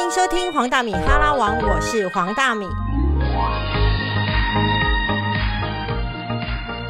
迎收听黄大米哈拉王，我是黄大米。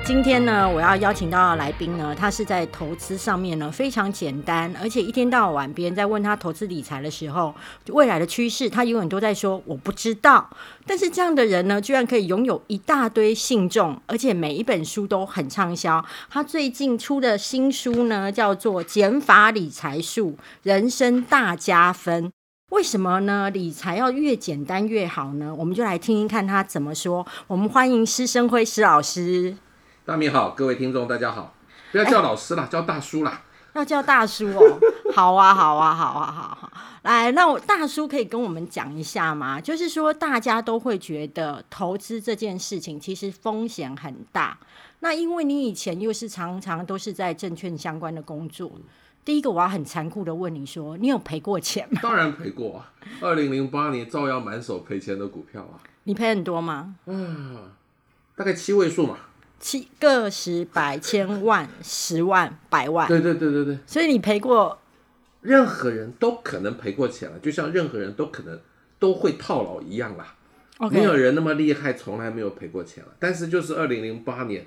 今天呢，我要邀请到的来宾呢，他是在投资上面呢非常简单，而且一天到晚别人在问他投资理财的时候，未来的趋势，他永远都在说我不知道。但是这样的人呢，居然可以拥有一大堆信众，而且每一本书都很畅销。他最近出的新书呢，叫做《减法理财术：人生大加分》。为什么呢？理财要越简单越好呢？我们就来听听看他怎么说。我们欢迎施生辉施老师。大米好，各位听众大家好，不要叫老师啦，叫大叔啦。要叫大叔哦，好啊，好啊，好啊，好啊好啊。来，那我大叔可以跟我们讲一下吗？就是说，大家都会觉得投资这件事情其实风险很大。那因为你以前又是常常都是在证券相关的工作，第一个我要很残酷的问你说，你有赔过钱吗？当然赔过啊，二零零八年照样满手赔钱的股票啊，你赔很多吗？啊，大概七位数嘛。七个十百千万十万百万，对对对对对，所以你赔过任何人都可能赔过钱了，啊就像任何人都可能都会套牢一样啦。没有 OK？人那么厉害，从来没有赔过钱了。但是就是二零零八年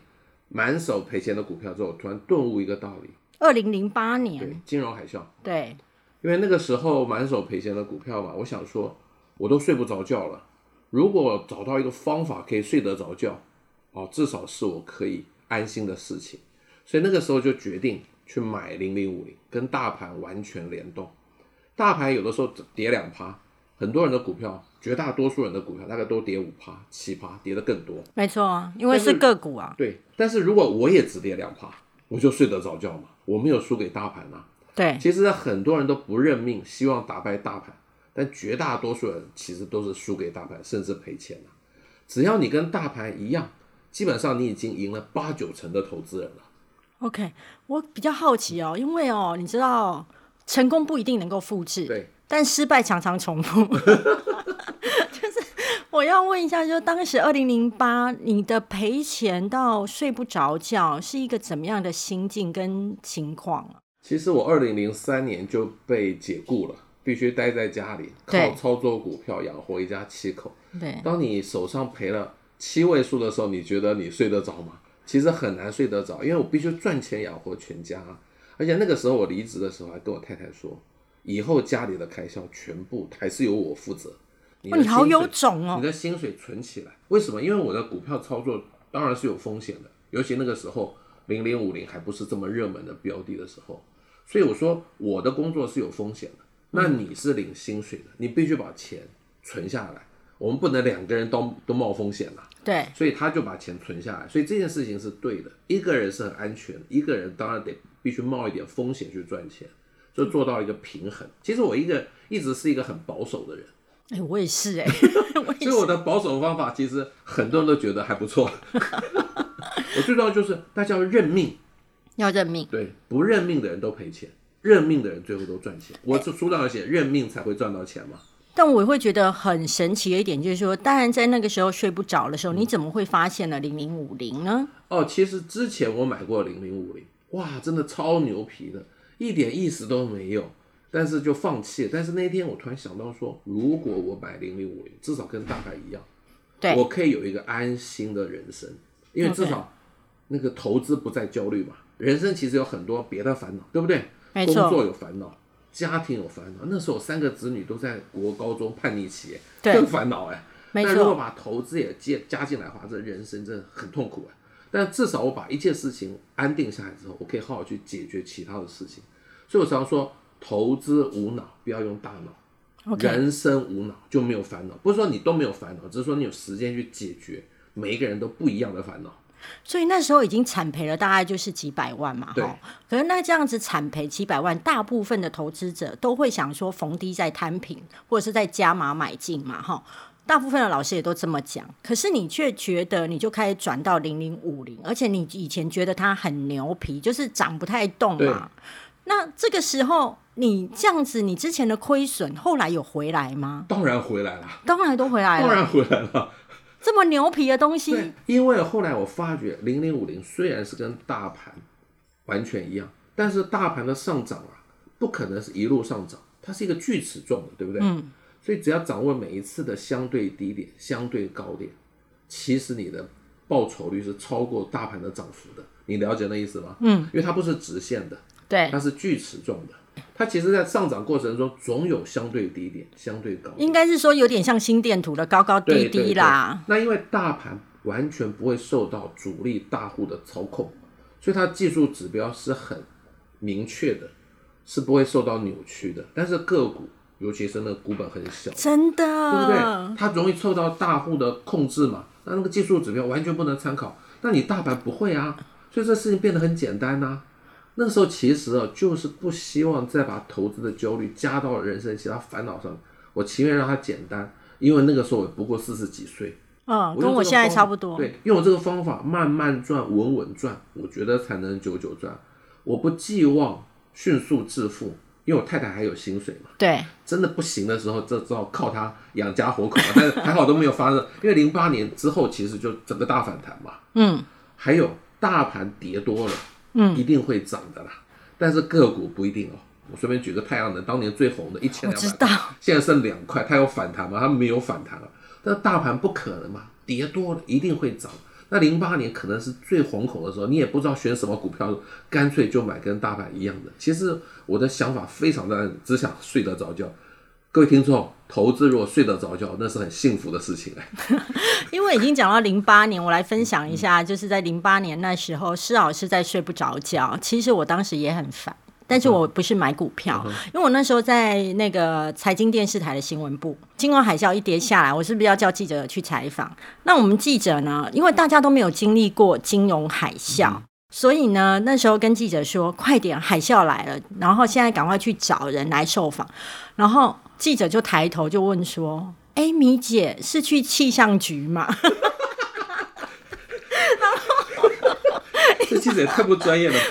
满手赔钱的股票之后，我突然顿悟一个道理，二零零八对年，，金融海啸。对因为那个时候满手赔钱的股票嘛，我想说，我都睡不着觉了。如果找到一个方法可以睡得着觉，哦，至少是我可以安心的事情。所以那个时候就决定去买零零五零，跟大盘完全联动。大盘有的时候只跌两趴，很多人的股票，绝大多数人的股票大概都跌五趴、七趴，跌得更多。没错啊，因为但是是个股啊，对，但是如果我也只跌两趴，我就睡得着觉嘛，我没有输给大盘啊。对，其实很多人都不认命，希望打败大盘，但绝大多数人其实都是输给大盘，甚至赔钱了、只要你跟大盘一样，基本上你已经赢了八九成的投资人了。 OK，我比较好奇哦，因为哦，你知道成功不一定能够复制，对，但失败常常重复。 就是我要问一下，就当时二零零八，你的赔钱到睡不着觉，是一个怎么样的心境跟情况啊？其实我二零零三年就被解雇了，必须待在家里，对靠操作股票养活一家七口。对，当你手上赔了七位数的时候，你觉得你睡得着吗？其实很难睡得着，因为我必须赚钱养活全家啊。而且那个时候我离职的时候，还跟我太太说，以后家里的开销全部还是由我负责。你哦，的你好薪水有种你哦，的薪水存起来，为什么？因为我的股票操作当然是有风险的，尤其那个时候零零五零还不是这么热门的标的的时候，所以我说我的工作是有风险的。那你是领薪水的，你必须把钱存下来，我们不能两个人都都冒风险了。对，所以他就把钱存下来，所以这件事情是对的。一个人是很安全，一个人当然得必须冒一点风险去赚钱，就做到一个平衡。其实我一个一直是一个很保守的人。哎、我也是 哎、我也所以是我的保守方法其实很多人都觉得还不错。 我最重要就是大家要认命，要认命。对，不认命的人都赔钱，认命的人最后都赚钱。我这书上有写，认命才会赚到钱嘛。但我会觉得很神奇的一点就是说，当然在那个时候睡不着的时候，嗯你怎么会发现了零零五零呢？哦，其实之前我买过零零五零，哇，真的超牛皮的，一点意思都没有，但是就放弃了。但是那一天我突然想到说，如果我买零零五零，至少跟大牌一样，对我可以有一个安心的人生，因为至少那个投资不再焦虑嘛。人生其实有很多别的烦恼，对不对？没工错作有烦恼，家庭有烦恼。那时候我三个子女都在国高中叛逆期，对更烦恼哎。没但错如果把投资也加加进来的话，这人生真的很痛苦哎。但至少我把一件事情安定下来之后，我可以好好去解决其他的事情。所以我常说，投资无脑，不要用大脑。 ，OK，人生无脑就没有烦恼，不是说你都没有烦恼，只是说你有时间去解决每一个人都不一样的烦恼。所以那时候已经惨赔了，大概就是几百万嘛，对哈。可是那这样子惨赔几百万，大部分的投资者都会想说逢低再摊平，或者是再加码买进嘛，哈。大部分的老师也都这么讲，可是你却觉得你就开始转到零零五零，而且你以前觉得它很牛皮，就是涨不太动对嘛。那这个时候你这样子，你之前的亏损后来有回来吗？当然回来了，当然都回来当了，然回来了。这么牛皮的东西对，，因为后来我发觉零零五零虽然是跟大盘完全一样，但是大盘的上涨啊，不可能是一路上涨，它是一个锯齿状的，对不对？嗯。所以只要掌握每一次的相对低点、相对高点，其实你的报酬率是超过大盘的涨幅的。你了解那意思吗？嗯，因为它不是直线的，对它，是锯齿状的。它其实，在上涨过程中总有相对低点、相对高点应该是说有点像心电图的高高低对低啦。。对对那因为大盘完全不会受到主力大户的操控，所以它技术指标是很明确的，是不会受到扭曲的。但是个股，尤其是那个股本很小，真的，对不嗯对？它容易受到大户的控制嘛。那那个技术指标完全不能参考，那你大盘不会啊，所以这事情变得很简单呐、那时候其实啊，就是不希望再把投资的焦虑加到人生其他烦恼上，我情愿让它简单，因为那个时候我也不过四十几岁，嗯，用跟我这个现在方差不多。对，用我这个方法慢慢赚，稳稳赚，我觉得才能久久赚。我不寄望迅速致富，因为我太太还有薪水嘛。对真的不行的时候，这只好靠它养家活口啊。但是还好都没有发生，因为零八年之后其实就整个大反弹嘛。嗯，还有大盘跌多了，嗯，一定会涨的啦。但是个股不一定哦。我随便举个太阳能，当年最红的一千我两知道百块，现在剩两块，它有反弹吗？它没有反弹了。但大盘不可能嘛，跌多了一定会涨。那零八年可能是最惶恐的时候，你也不知道选什么股票，干脆就买跟大盘一样的。其实我的想法非常单纯，只想睡得着觉。各位听众，投资如果睡得着觉，那是很幸福的事情哎。因为已经讲到零八年，我来分享一下，就是在零八年那时候，施老师在睡不着觉，其实我当时也很烦。但是我不是买股票，嗯因为我那时候在那个财经电视台的新闻部，金融海啸一跌下来，我是不是要叫记者去采访？那我们记者呢，因为大家都没有经历过金融海啸，嗯所以呢，那时候跟记者说，快点，海啸来了，然后现在赶快去找人来受访。然后记者就抬头就问说：“哎，米姐是去气象局吗？” 这记者也太不专业了吧。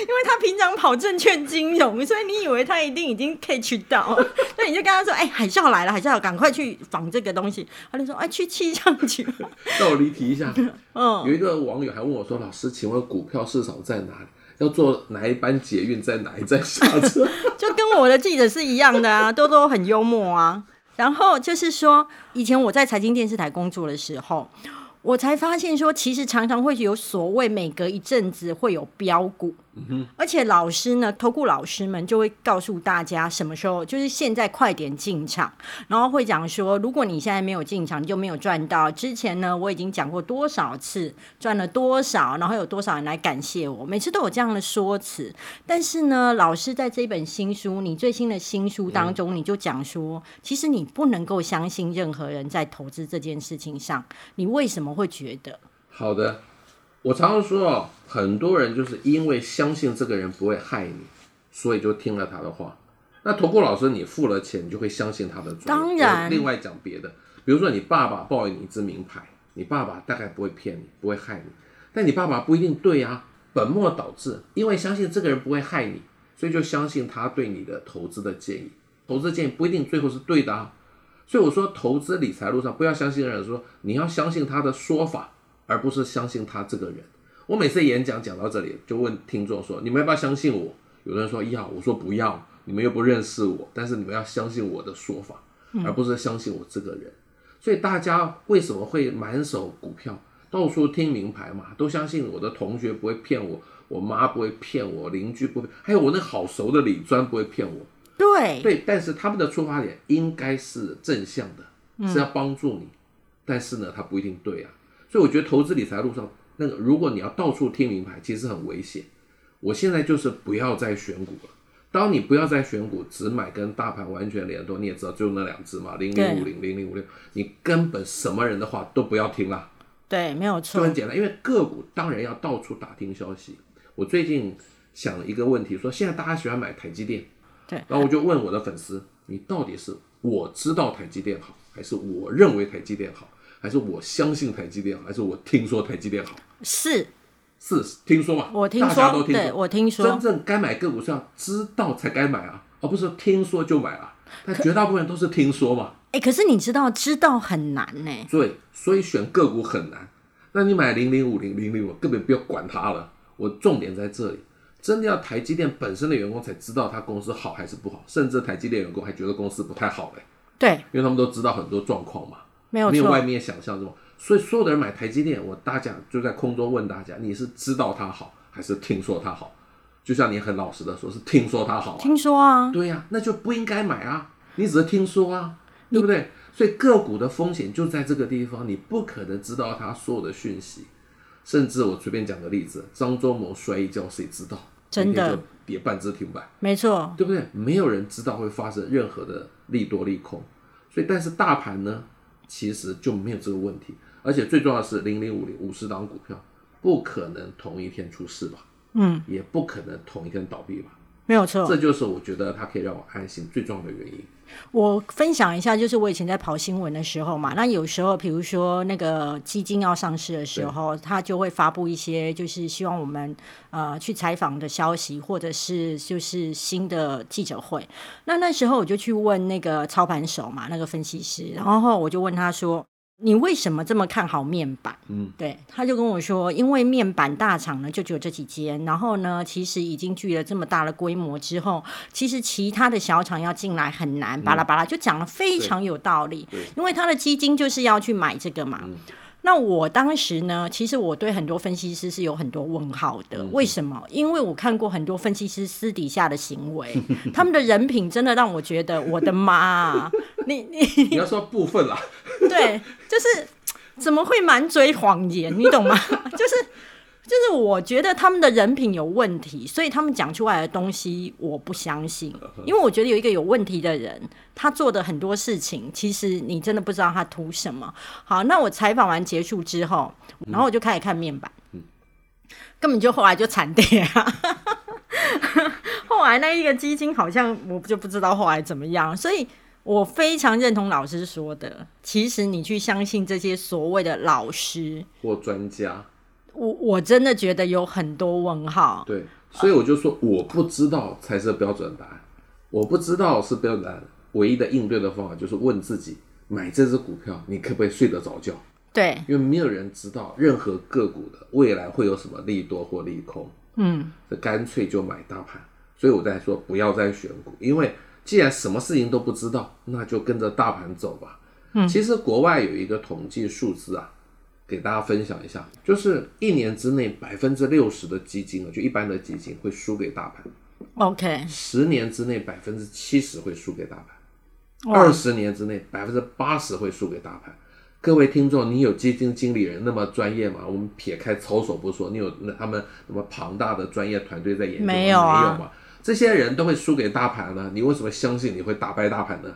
因为他平常跑证券金融，所以你以为他一定已经 catch 到， 所以你就跟他说：“哎、海啸来了，海啸，赶快去仿这个东西。”他就说：“哎、去气象局。 那我离题一下，嗯有一个网友还问我说：“老师，请问股票市场在哪里？要坐哪一班捷运，在哪一站下车？”就跟我的记者是一样的啊，多 多很幽默啊。然后就是说，以前我在财经电视台工作的时候，我才发现说，其实常常会有所谓每隔一阵子会有标股，而且老师呢，投顾老师们就会告诉大家什么时候，就是现在快点进场，然后会讲说，如果你现在没有进场，你就没有赚到。之前呢，我已经讲过多少次赚了多少，然后有多少人来感谢我，每次都有这样的说辞。但是呢，老师在这一本新书，你最新的新书嗯当中，你就讲说，其实你不能够相信任何人在投资这件事情上，你为什么会觉得？好的，我常常说哦，很多人就是因为相信这个人不会害你，所以就听了他的话。那投顾老师，你付了钱，你就会相信他的专业。当然我另外讲别的，比如说你爸爸报你一支名牌，你爸爸大概不会骗你，不会害你，但你爸爸不一定对啊。本末倒置，因为相信这个人不会害你，所以就相信他对你的投资的建议。投资建议不一定最后是对的啊。所以我说，投资理财路上不要相信人说，你要相信他的说法，而不是相信他这个人。我每次演讲讲到这里，就问听众说：“你们要不要相信我？”有的人说要，我说不要，你们又不认识我，但是你们要相信我的说法，而不是相信我这个人。所以大家为什么会满手股票，到处听名牌嘛，都相信我的同学不会骗我，我妈不会骗我，邻居不会，还有我那好熟的理专不会骗我。对，对，但是他们的出发点应该是正向的，是要帮助你，但是呢，他不一定对啊。所以我觉得投资理财路上，那个如果你要到处听名牌，其实很危险。我现在就是不要再选股了。当你不要再选股，只买跟大盘完全联动，你也知道就那两只嘛，零零五零、零零五六，你根本什么人的话都不要听啊啦。对，没有就错很。简单，因为个股当然要到处打听消息。我最近想了一个问题，说现在大家喜欢买台积电，对然后我就问我的粉丝，你到底是我知道台积电好，还是我认为台积电好，还是我相信台积电好，还是我听说台积电好？是是听说嘛？我听大家说，都听对说。我听真说，正该买个股是要知道才该买啊，而不是听说就买啊。但绝大部分人都是听说嘛。哎，可是你知道，知道很难呢、对，所以选个股很难。那你买零零五零零零，我根本不要管它了。我重点在这里，真的要台积电本身的员工才知道他公司好还是不好，甚至台积电员工还觉得公司不太好嘞，对，因为他们都知道很多状况嘛，没有没有错外，面想象中。所以所有的人买台积电，我大家就在空中问大家，你是知道它好还是听说它好？就像你很老实的说，是听说它好、啊，听说啊，对呀、那就不应该买啊，你只是听说啊，对不对？所以个股的风险就在这个地方，你不可能知道它所有的讯息。甚至我随便讲个例子，张忠谋摔一跤，谁知道？真的明天就跌半只停板，没错，对不对？没有人知道会发生任何的利多利空，所以但是大盘呢，其实就没有这个问题。而且最重要的是，零零五零五十档股票不可能同一天出事吧，嗯，也不可能同一天倒闭吧。没有错这。就是我觉得它可以让我安心最重要的原因。我分享一下，就是我以前在跑新闻的时候嘛，那有时候比如说那个基金要上市的时候，他就会发布一些就是希望我们呃去采访的消息，或者是就是新的记者会。那那时候我就去问那个操盘手嘛，那个分析师，然后我就问他说：“你为什么这么看好面板？”嗯，对，他就跟我说，因为面板大厂呢就只有这几间，然后呢，其实已经具了这么大的规模之后，其实其他的小厂要进来很难，巴拉巴拉就讲的非常有道理嗯对对，嗯因为他的基金就是要去买这个嘛。那我当时呢，其实我对很多分析师是有很多问号的。嗯为什么？因为我看过很多分析师私底下的行 为，他们的人品真的让我觉得，我的妈啊！ 你你你要说部分啦， 对，就是怎么会满嘴谎言，你懂吗？ 就是就是，我觉得他们的人品有问题，所以他们讲出来的东西我不相信，因为我觉得有一个有问题的人，他做的很多事情，其实你真的不知道他图什么。好，那我采访完结束之后，然后我就开始看面板，根本就后来就惨跌啊。 后来那一个基金好像我就不知道后来怎么样，所以我非常认同老师说的，其实你去相信这些所谓的老师，或专家，我我真的觉得有很多问号。对，所以我就说我不知道才是标准答案，我不知道是标准答案，唯一的应对的方法就是问自己，买这只股票你可不可以睡得着觉？对，因为没有人知道任何个股的未来会有什么利多或利空，嗯，这干脆就买大盘。所以我在说不要再选股，因为既然什么事情都不知道，那就跟着大盘走吧。嗯，其实国外有一个统计数字啊，给大家分享一下，就是一年之内百分之六十的基金啊，就一般的基金会输给大盘， OK，十年之内百分之七十会输给大盘，哇二十年之内百分之八十会输给大盘。各位听众，你有基金经理人那么专业吗？我们撇开操守不说，你有那他们那么庞大的专业团队在研究吗，没有啊没有嘛？这些人都会输给大盘呢，你为什么相信你会打败大盘呢？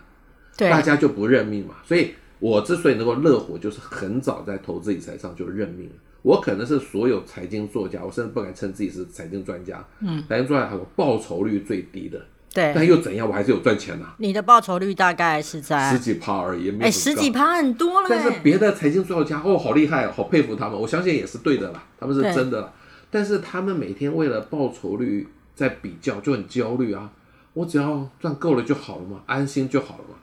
对大，家就不认命嘛。所以我之所以能够热火，就是很早在投资理财上就认命了。我可能是所有财经作家，我甚至不敢称自己是财经专家。嗯，财经专家我报酬率最低的，对，但又怎样？我还是有赚钱呐、你的报酬率大概是十在几趴而已，没有哎很十高几。趴很多了、但是欸，别的财经作家哦，好厉害哦，好佩服他们。我相信也是对的啦，他们是对真的啦。但是他们每天为了报酬率在比较，就很焦虑啊。我只要赚够了就好了嘛，安心就好了嘛。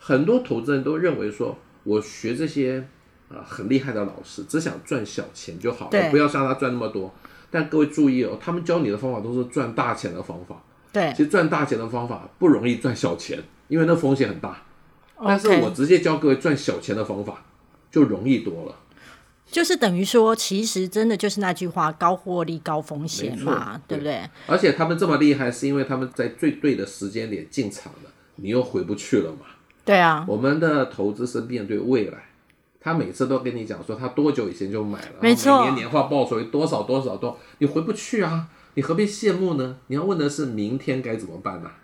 很多投资人都认为说，我学这些呃很厉害的老师，只想赚小钱就好对了，不要像他赚那么多。但各位注意哦，他们教你的方法都是赚大钱的方法。对其实赚大钱的方法不容易赚小钱，因为那风险很大。但是我，OK，直接教各位赚小钱的方法，就容易多了。就是等于说，其实真的就是那句话，高获利高风险没错嘛，对不对？而且他们这么厉害，是因为他们在最对的时间点进场了，你又回不去了嘛。对啊，我们的投资是面对未来，他每次都跟你讲说他多久以前就买了，没错然后每年年化报酬率多少多少多少，你回不去啊，你何必羡慕呢？你要问的是明天该怎么办呢、啊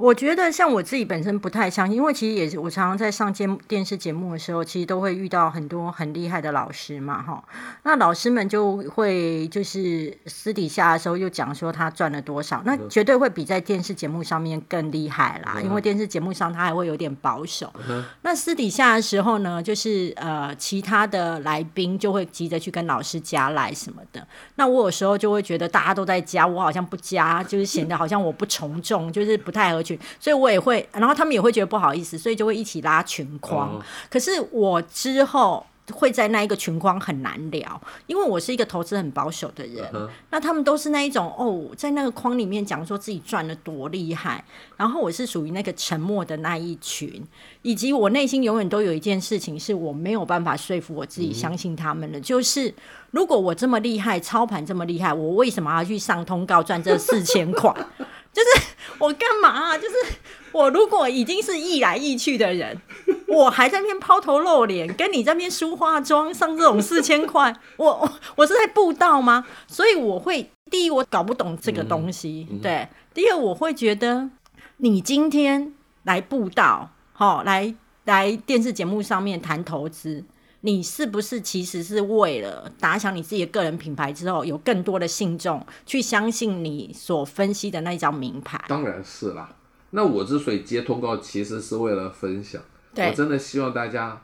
我觉得像我自己本身不太相信，因为其实也是我常常在上节目电视节目的时候，其实都会遇到很多很厉害的老师嘛，哈。那老师们就会就是私底下的时候又讲说他赚了多少，那绝对会比在电视节目上面更厉害啦，因为电视节目上他还会有点保守。那私底下的时候呢，就是呃，其他的来宾就会急着去跟老师加来什么的。那我有时候就会觉得大家都在加，我好像不加，就是显得好像我不从众，就是不太合群，所以我也会，然后他们也会觉得不好意思，所以就会一起拉群框。哦可是我之后。会在那一个群框很难聊，因为我是一个投资很保守的人。嗯哼那他们都是那一种哦，在那个框里面讲说自己赚的多厉害，然后我是属于那个沉默的那一群，以及我内心永远都有一件事情是我没有办法说服我自嗯己相信他们的，就是如果我这么厉害，操盘这么厉害，我为什么要去上通告赚这四千块？ 就是我干嘛啊、就是我如果已经是易来易去的人，我还在那边抛头露脸，跟你在那边梳化妆上这种四千块， 我我我是在布道吗？所以我会第一我搞不懂这个东西，对；第二我会觉得你今天来布道，好、来来电视节目上面谈投资。你是不是其实是为了打响你自己的个人品牌之后，有更多的信众去相信你所分析的那一张名牌？当然是啦。那我之所以接通告，其实是为了分享。对我真的希望大家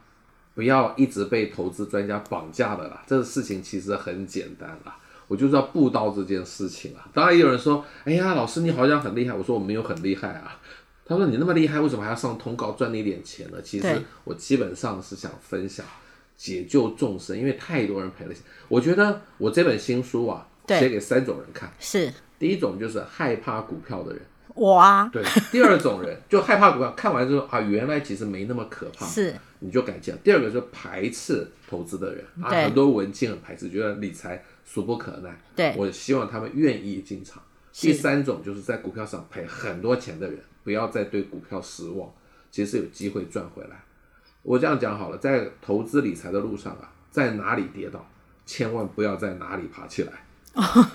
不要一直被投资专家绑架的啦。这个事情其实很简单啦，我就是要布道这件事情啊。当然也有人说，哎呀，老师你好像很厉害，我说我没有很厉害啊。他说你那么厉害，为什么还要上通告赚你一点钱呢？其实对我基本上是想分享解救众生，因为太多人赔了钱。我觉得我这本新书啊，对写给三种人看。是第一种就是害怕股票的人。我啊，对，第二种人就害怕股票，看完之后啊，原来其实没那么可怕，是你就敢讲。第二个是排斥投资的人啊，对很多文青很排斥，觉得理财俗不可耐。对我希望他们愿意进场。是第三种就是在股票上赔很多钱的人，不要再对股票失望，其实有机会赚回来。我这样讲好了，在投资理财的路上啊，在哪里跌倒，千万不要在哪里爬起 来。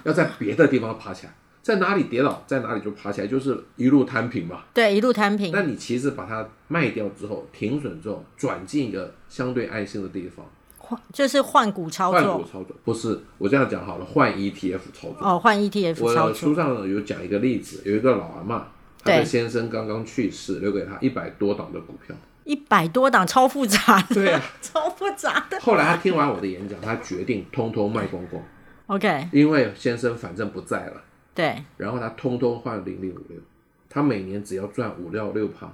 要在别的地方爬起来，在哪里跌倒，在哪里就爬起来，就是一路摊平嘛。对，一路摊平，那你其实把它卖掉之后，停损之后，转进一个相对安心的地方，换就是换股操换股作操作，不是我这样讲好了，换 ETF 操作。哦，换 ETF 操我书作，上有讲一个例子，有一个老阿嬷，她对的先生刚刚去世，留给她一百多档的股票。一百多档超复杂的， 对啊， 超复杂的。后来她听完我的演讲，她决定通通卖 光光， OK，因为先生反正不在了，对，然后他通通换零零五六，他每年只要赚五六六趴，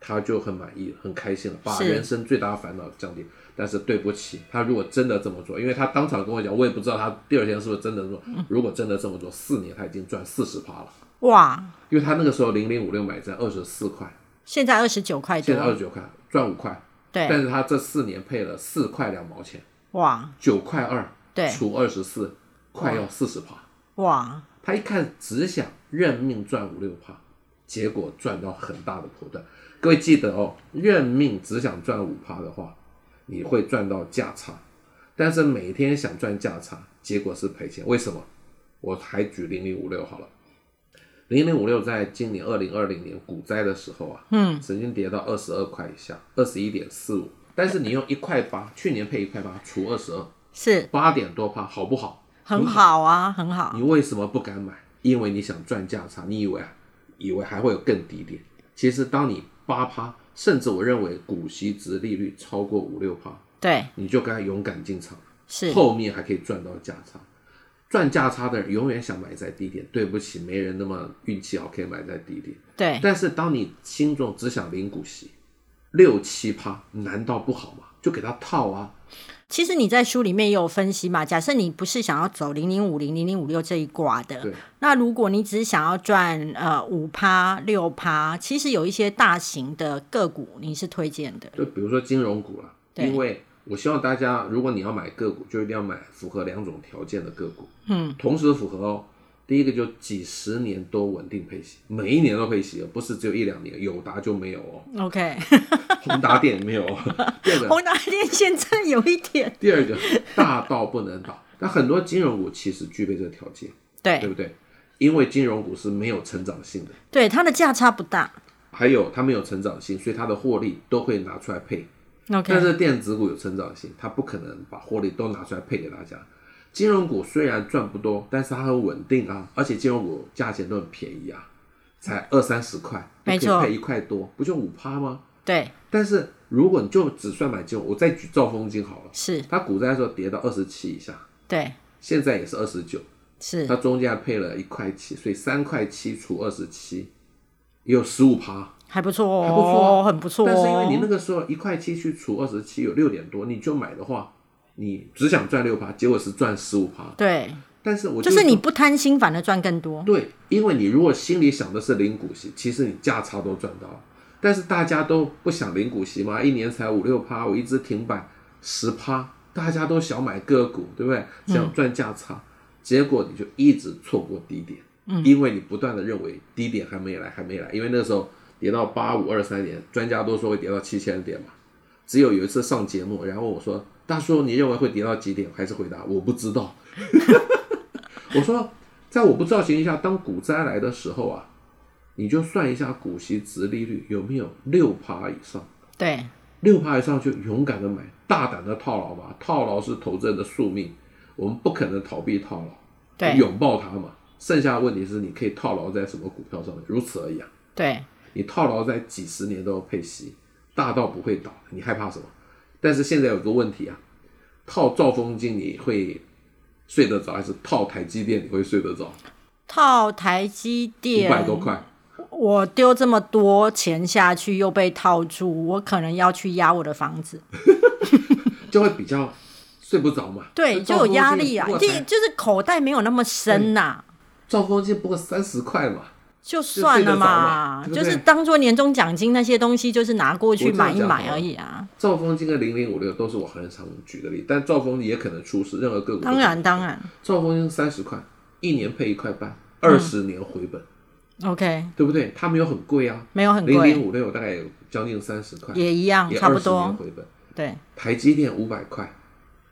他就很满意，很开心了，把是人生最大的烦恼降低。但是对不起，他如果真的这么做，因为他当场跟我讲，我也不知道他第二天是不是真的这么做。嗯如果真的这么做，四年他已经赚四十趴了，哇，因为他那个时候零零五六买在二十四块，现在二十九块现在二多，十九块，赚五块。但对，是他这四年配了四块两毛钱，哇，九块二对，除二十四，快要四十趴。哇，他一看只想认命赚五六趴，结果赚到很大的破段。各位记得哦，认命只想赚五趴的话，你会赚到价差，但是每天想赚价差，结果是赔钱。为什么？我还举零零五六好了，零零五六在今年二零二零年股灾的时候啊，嗯，曾经跌到二十二块以下，二十一点四五。但是你用一块八，去年配一块八除二十二，是八点多趴，好不好？很好啊，很好你，为什么不敢买？因为你想赚价差，你以为啊，以为还会有更低点。其实当你八趴，甚至我认为股息值利率超过五六趴，对，你就该勇敢进场，是后面还可以赚到价差。赚价差的人永远想买在低点，对不起，没人那么运气好可以买在低点。对，但是当你心中只想领股息，六七趴难道不好吗？就给他套啊，其实你在书里面也有分析嘛，假设你不是想要走零零五零、零零五六这一挂的对，那如果你只是想要赚呃五趴、六趴，其实有一些大型的个股你是推荐的，就比如说金融股啦，对因为我希望大家，如果你要买个股，就一定要买符合两种条件的个股，嗯，同时符合哦。第一个就几十年都稳定配息，每一年都配息哦，不是只有一两年，友达就没有哦， OK，宏达电也没有哦。第二个，宏达电现在有一点，第二个大到不能倒，那很多金融股其实具备这个条件，对对不对？因为金融股是没有成长性的，对，它的价差不大。还有它没有成长性，所以它的获利都会拿出来配。但 OK，是电子股有成长性，它不可能把获利都拿出来配给大家。金融股虽然赚不多，但是它很稳定啊，而且金融股价钱都很便宜啊，才二三十块，没你可错以配一块多，不就五趴吗？对，但是如果你就只算买金融，我再举兆丰金好了，是，它股灾的时候跌到二十七以下，对，现在也是二十九，它是，中间还配了一块七，所以三块七除二十七，也有十五趴。还不错还不错哦，啊很不错但是因为你那哦。个时候一块七去除二十七有六点多，你就买的话，你只想赚六趴，结果是赚十五趴，对，但是我就是你不贪心，反而赚更多。对，因为你如果心里想的是零股息，其实你价差都赚到了。但是大家都不想零股息嘛，一年才五六趴，我一直停板十趴，大家都想买个股，对不对？想赚价差，结果你就一直错过低点，因为你不断的认为低点还没来，还没来，因为那时候跌到八五二三年，专家都说会跌到七千点嘛。只有有一次上节目，然后我说：“大叔，你认为会跌到几点？”还是回答：“我不知道。” 我说，在我不知道情况下，当股灾来的时候啊，你就算一下股息值利率有没有六趴以上，对，六趴以上就勇敢的买，大胆的套牢吧。套牢是投资人的宿命，我们不可能逃避套牢，对，拥抱它嘛。剩下的问题是，你可以套牢在什么股票上面，如此而已啊。对，你套牢在几十年都要配息，大到不会倒，你害怕什么？但是现在有个问题啊，套兆丰金你会睡得着，还是套台积电你会睡得着？套台积五电百多块，我丢这么多钱下去，又被套住，我可能要去押我的房 子，就会比较睡不着嘛。对，就有压力啊。兆丰就金就是口袋没有那么深呐、兆丰金不过三十块嘛，就算了就睡得着嘛对不对就是当做年终奖金那些东西，就是拿过去我这样买一买讲好而已啊。兆丰金跟零零五六都是我很常举的例，但兆丰也可能出事，任何个股都当然，当然兆丰金三十块，一年配一块半，二十年回本， ，OK，对不对？它没有很贵啊，没有很零零贵，五六大概有将近三十块，也一样，也差不二十多年。回本。对，台积电五百块，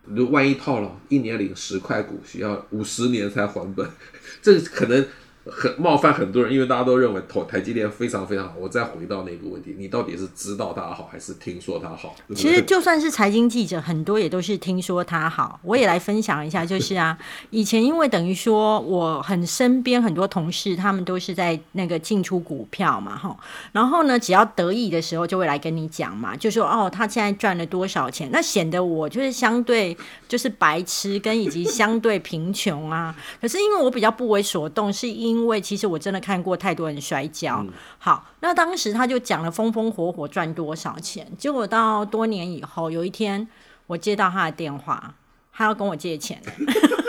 如万一套牢，一年领十块股息，要五十年才还本， 这可能很冒犯很多人，因为大家都认为投台积电非常非常好。我再回到那个问题，你到底是知道它好还是听说它好？对不对其实就算是财经记者，很多也都是听说他好。我也来分享一 下，就是啊，以前因为等于说我很身边很多同事，他们都是在那个进出股票嘛，哈。然后呢，只要得意的时候，就会来跟你讲嘛，就说哦，他现在赚了多少钱，那显得我就是相对就是白痴跟以及相对贫穷啊。可是因为我比较不为所动，是因为其实我真的看过太多人摔跤，好，那当时他就讲了风风火火赚多少钱，结果到多年以后，有一天我接到他的电话，他要跟我借钱，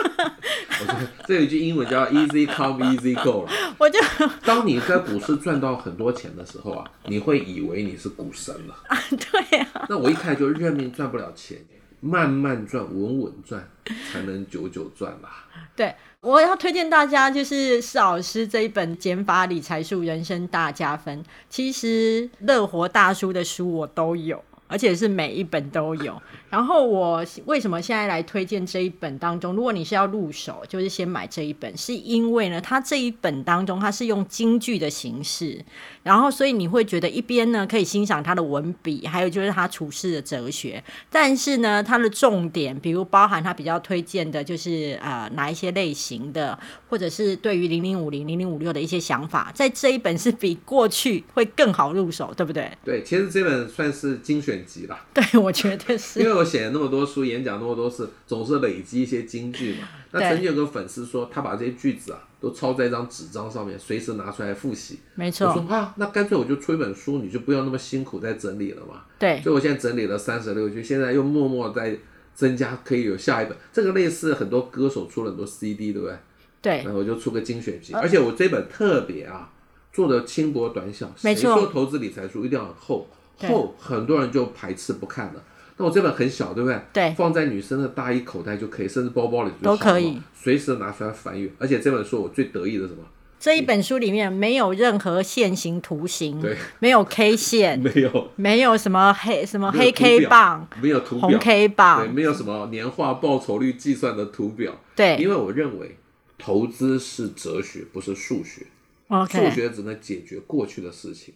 我觉得 这有一句英文叫 “easy come, easy go” 了。我就 当你在股市赚到很多钱的时候啊，你会以为你是股神了。对啊，那我一开始就认命，赚不了钱，慢慢赚，稳稳赚，才能久久赚啦、对，我要推荐大家就是施老师这一本《减法理财术人生大加分》，其实乐活大叔的书我都有。而且是每一本都有。然后我为什么现在来推荐这一本当中？如果你是要入手，就是先买这一本，是因为呢，它这一本当中它是用京剧的形式，然后所以你会觉得一边呢可以欣赏他的文笔，还有就是他处事的哲学，但是呢，它的重点，比如包含他比较推荐的，就是呃哪一些类型的，或者是对于零零五零、零零五六的一些想法，在这一本是比过去会更好入手，对不对？ 对，其实这本算是精选集啦，对，我觉得因是为我写了那么多书，演讲那么多次，总是累积一些金句嘛。那对曾经有个粉丝说，他把这些句子啊都抄在一张纸张上面，随时拿出来复习。没我错，说啊，那干脆我就出一本书，你就不用那么辛苦在整理了嘛。对所以我现在整理了三十六句，现在又默默在增加，可以有下一本。这个类似很多歌手出了很多 CD，对不对？对然哎后我就出个精选集，而且我这本特别啊，做的轻薄短小。没错谁说投资理财书一定要很厚，对厚很多人就排斥不看了。那我这本很小，对不对？对放在女生的大衣口袋就可以，甚至包包里就都好了可以，随时拿出来翻阅。而且这本书我最得意的是什么？这一本书里面没有任何线形图形，对，没有 K 线，没有没有什么黑什么没哦有黑图表 K 棒、没有图红表， K 对，棒，没有什么年化报酬率计算的图表，因对为我认为投资是哲学，不是数学。数，OK，学只能解决过去的事情，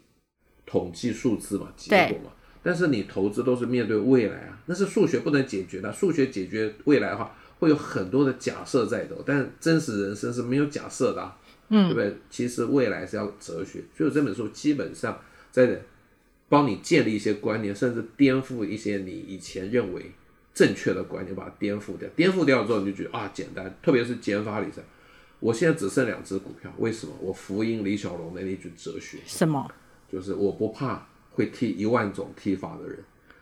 统计数字嘛，结对果嘛。但是你投资都是面对未来啊，那是数学不能解决的。数学解决未来的话，会有很多的假设在的哦，但真实人生是没有假设的、啊，嗯，对不对？其实未来是要哲学，所以我这本书基本上在帮你建立一些观念，甚至颠覆一些你以前认为正确的观念，把它颠覆掉。颠覆掉之后，你就觉得啊，简单，特别是减法理财。我现在只剩两只股票，为什么？我福音李小龙的那句哲学，什么？就是我不怕会踢一万种踢法的人，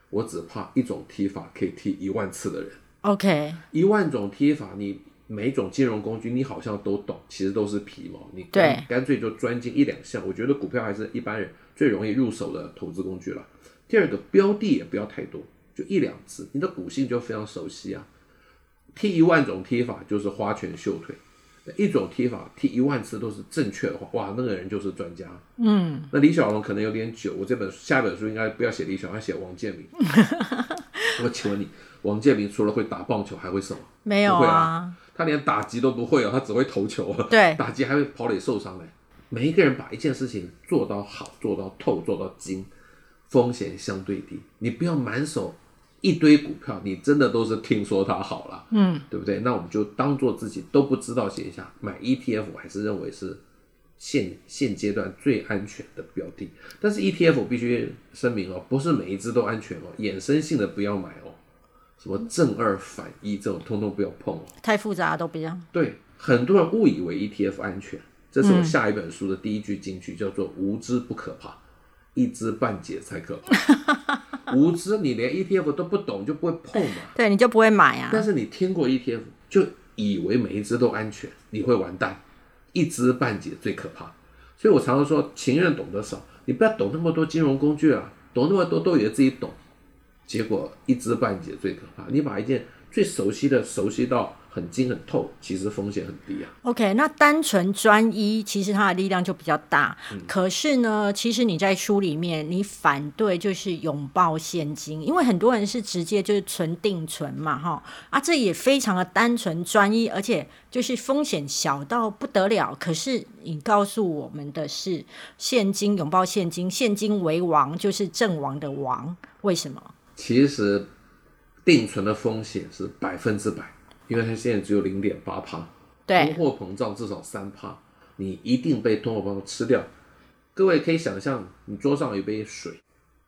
我只怕一种踢法可以踢一万次的人。 OK，一万种贴法，你每种金融工具你好像都懂，其实都是皮毛。你对干干脆就专精一两项。我觉得股票还是一般人最容易入手的投资工具了。第二个，标的也不要太多，就一两只，你的股性就非常熟悉啊。踢一万种踢法就是花拳绣腿，一种踢法踢一万次都是正确的话，哇，那个人就是专家。嗯，那李小龙可能有点久，我这本下一本书应该不要写李小龙，要写王建民。 我请问你，王建民除了会打棒球，还会什么？没有不会啊啊，他连打击都不会哦，他只会投球哦。对打击还会跑垒受伤嘞。每一个人把一件事情做到好、做到透、做到精，风险相对低。你不要满手一堆股票，你真的都是听说它好了，嗯，对不对？那我们就当做自己都不知道写一下，买 ETF 我还是认为是现现阶段最安全的标的。但是 ETF 我必须声明哦，不是每一只都安全哦，衍生性的不要买哦，什么正二反一这种通通不要碰哦。太复杂都不要。对，很多人误以为 ETF 安全，这是我下一本书的第一句金句，叫做“无知不可怕，一知半解才可怕” 。无知，你连 ETF 都不懂，就不会碰嘛。对，你就不会买啊。但是你听过 ETF，就以为每一只都安全，你会完蛋。一知半解最可怕。所以我常常说，情愿懂得少，你不要懂那么多金融工具啊，懂那么多都以为自己懂，结果一知半解最可怕。你把一件最熟悉的熟悉到很精很透，其实风险很低啊。 OK，那单纯专一，其实它的力量就比较大。可是呢，其实你在书里面，你反对就是拥抱现金，因为很多人是直接就是存定存嘛，哈啊，这也非常的单纯专一，而且就是风险小到不得了。可是你告诉我们的是，现金拥抱现金，现金为王，就是阵亡的王，为什么？其实定存的风险是百分之百，因为它现在只有零点八趴，通对，货膨胀至少三趴，你一定被通货膨胀吃掉。各位可以想象，你桌上有一杯水，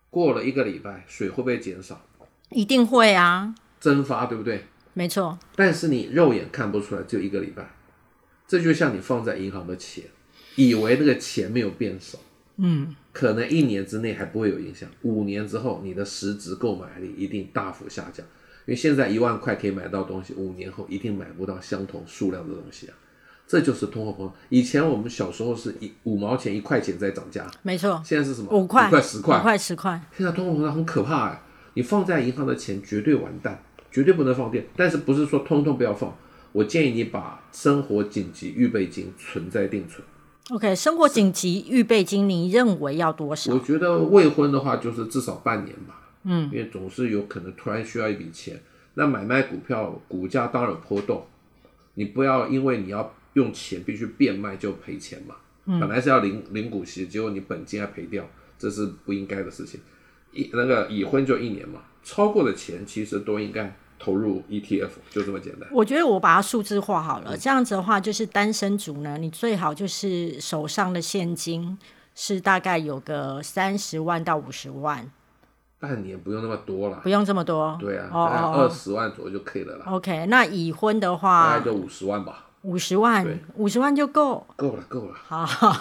过了一个礼拜，水会不会减少？一定会啊，蒸发，对不对？没错，但是你肉眼看不出来，只有一个礼拜。这就像你放在银行的钱，以为那个钱没有变少，嗯，可能一年之内还不会有影响，五年之后你的实质购买力一定大幅下降，因为现在一万块可以买到东西，五年后一定买不到相同数量的东西啊。这就是通货膨胀。以前我们小时候是一五毛钱、一块钱在涨价，没错，现在是什么？五块、五块、十块五。块、十块。现在通货膨胀很可怕哎，你放在银行的钱绝对完蛋，绝对不能放电。但是不是说通通不要放？我建议你把生活紧急预备金存在定存。 OK，生活紧急预备金，你认为要多少我？觉得未婚的话，就是至少半年吧。嗯，因为总是有可能突然需要一笔钱。那买卖股票，股价当然有波动，你不要因为你要用钱必须变卖就赔钱嘛。嗯本来是要零零股息，结果你本金还赔掉，这是不应该的事情。一那个已婚就一年嘛，超过的钱其实都应该投入 ETF，就这么简单。我觉得我把它数字化好嗯了，这样子的话，就是单身族呢，你最好就是手上的现金是大概有个三十万到五十万，半年不用那么多啦不，用这么多。对啊，哦大概二哦十万左右就可以了啦，哦，OK，那已婚的大话概，就五十万吧，五十万对，五十万就够。够了够了。好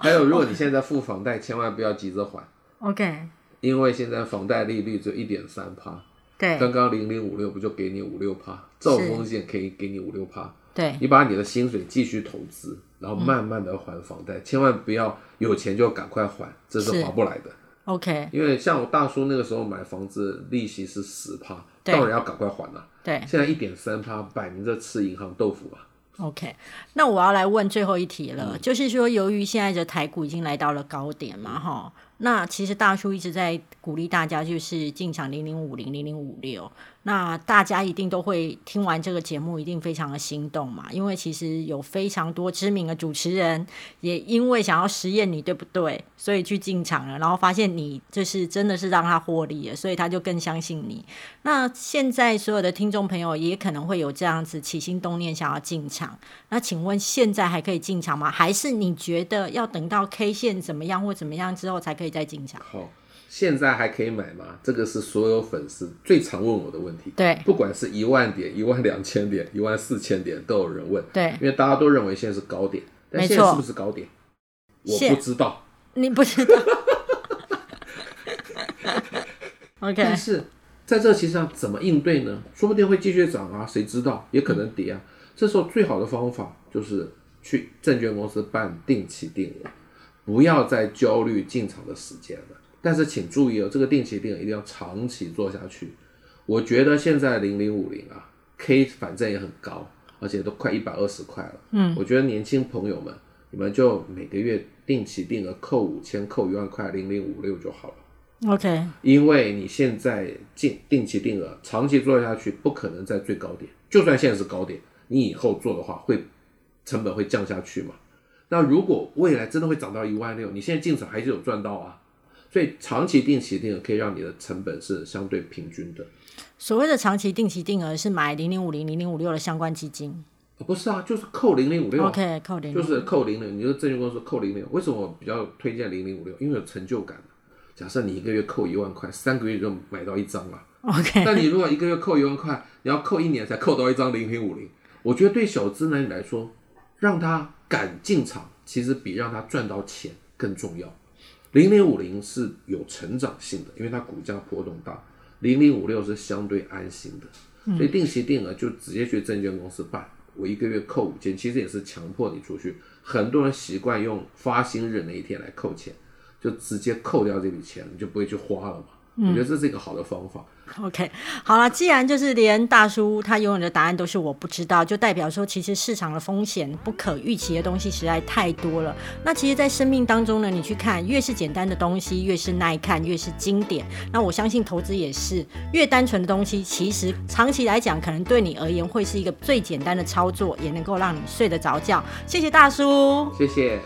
还有，如果你现在付房贷，千万不要急着还， ，OK，因为现在房贷利率只有一点三趴，对刚刚零零五六不就给你五六趴，这种风险可以给你五六趴，对，你把你的薪水继续投资，然后慢慢的还房贷，千万不要有钱就赶快还，这是是划不来的。 ，OK，因为像我大叔那个时候买房子，利息是十趴，对当然要赶快还了、对现在一点三趴，摆明着吃银行豆腐啊。 ，OK。那我要来问最后一题了，就是说，由于现在的台股已经来到了高点嘛，哈，那其实大叔一直在鼓励大家就是进场零零五零零零五六，那大家一定都会听完这个节目，一定非常的心动嘛，因为其实有非常多知名的主持人也因为想要实验你对不对，所以去进场了，然后发现你就是真的是让他获利了，所以他就更相信你。那现在所有的听众朋友也可能会有这样子起心动念想要进场，那请问现在还可以进场吗？还是你觉得要等到 K 线怎么样或怎么样之后才可以再进场？好，现在还可以买吗？这个是所有粉丝最常问我的问题。对不管是一万点、一万两千点、一万四千点，都有人问，对，因为大家都认为现在是高点，但没现在错是不是高点？我现不知道。你不知道。OK，但是在这其实上怎么应对呢？说不定会继续涨啊，谁知道？也可能跌啊。这时候最好的方法就是去证券公司办定期定额，不要再焦虑进场的时间了。但是请注意哦，这个定期定额一定要长期做下去。我觉得现在零零五零啊，K 反正也很高，而且都快一百二十块了。嗯，我觉得年轻朋友们，你们就每个月定期定额扣五千，扣一万块，零零五六就好了。 OK，因为你现在定定期定额长期做下去，不可能在最高点，就算现在是高点，你以后做的话会成本会降下去嘛？那如果未来真的会涨到一万六，你现在进场还是有赚到啊。所以长期定期定额可以让你的成本是相对平均的。所谓的长期定期定额是买零零五零、零零五六的相关基金。啊不是啊，就是扣零零五六， OK，扣零，就是扣零零，你说证券公司扣零零，为什么我比较推荐零零五六？因为有成就感。假设你一个月扣一万块，三个月就买到一张了。 OK，但你如果一个月扣一万块，你要扣一年才扣到一张零零五零，我觉得对小资男女来说，让他敢进场，其实比让他赚到钱更重要。零零五零是有成长性的，因为它股价波动大；零零五六是相对安心的，所以定期定额就直接去证券公司办，我一个月扣五千，其实也是强迫你出去。很多人习惯用发薪日那一天来扣钱，就直接扣掉这笔钱，你就不会去花了嘛。我觉得这是一个好的方法。 OK，好了，既然就是连大叔他永远的答案都是我不知道，就代表说其实市场的风险不可预期的东西实在太多了。那其实，在生命当中呢，你去看越是简单的东西，越是耐看，越是经典。那我相信投资也是，越单纯的东西，其实长期来讲，可能对你而言会是一个最简单的操作，也能够让你睡得着觉。谢谢大叔。谢谢。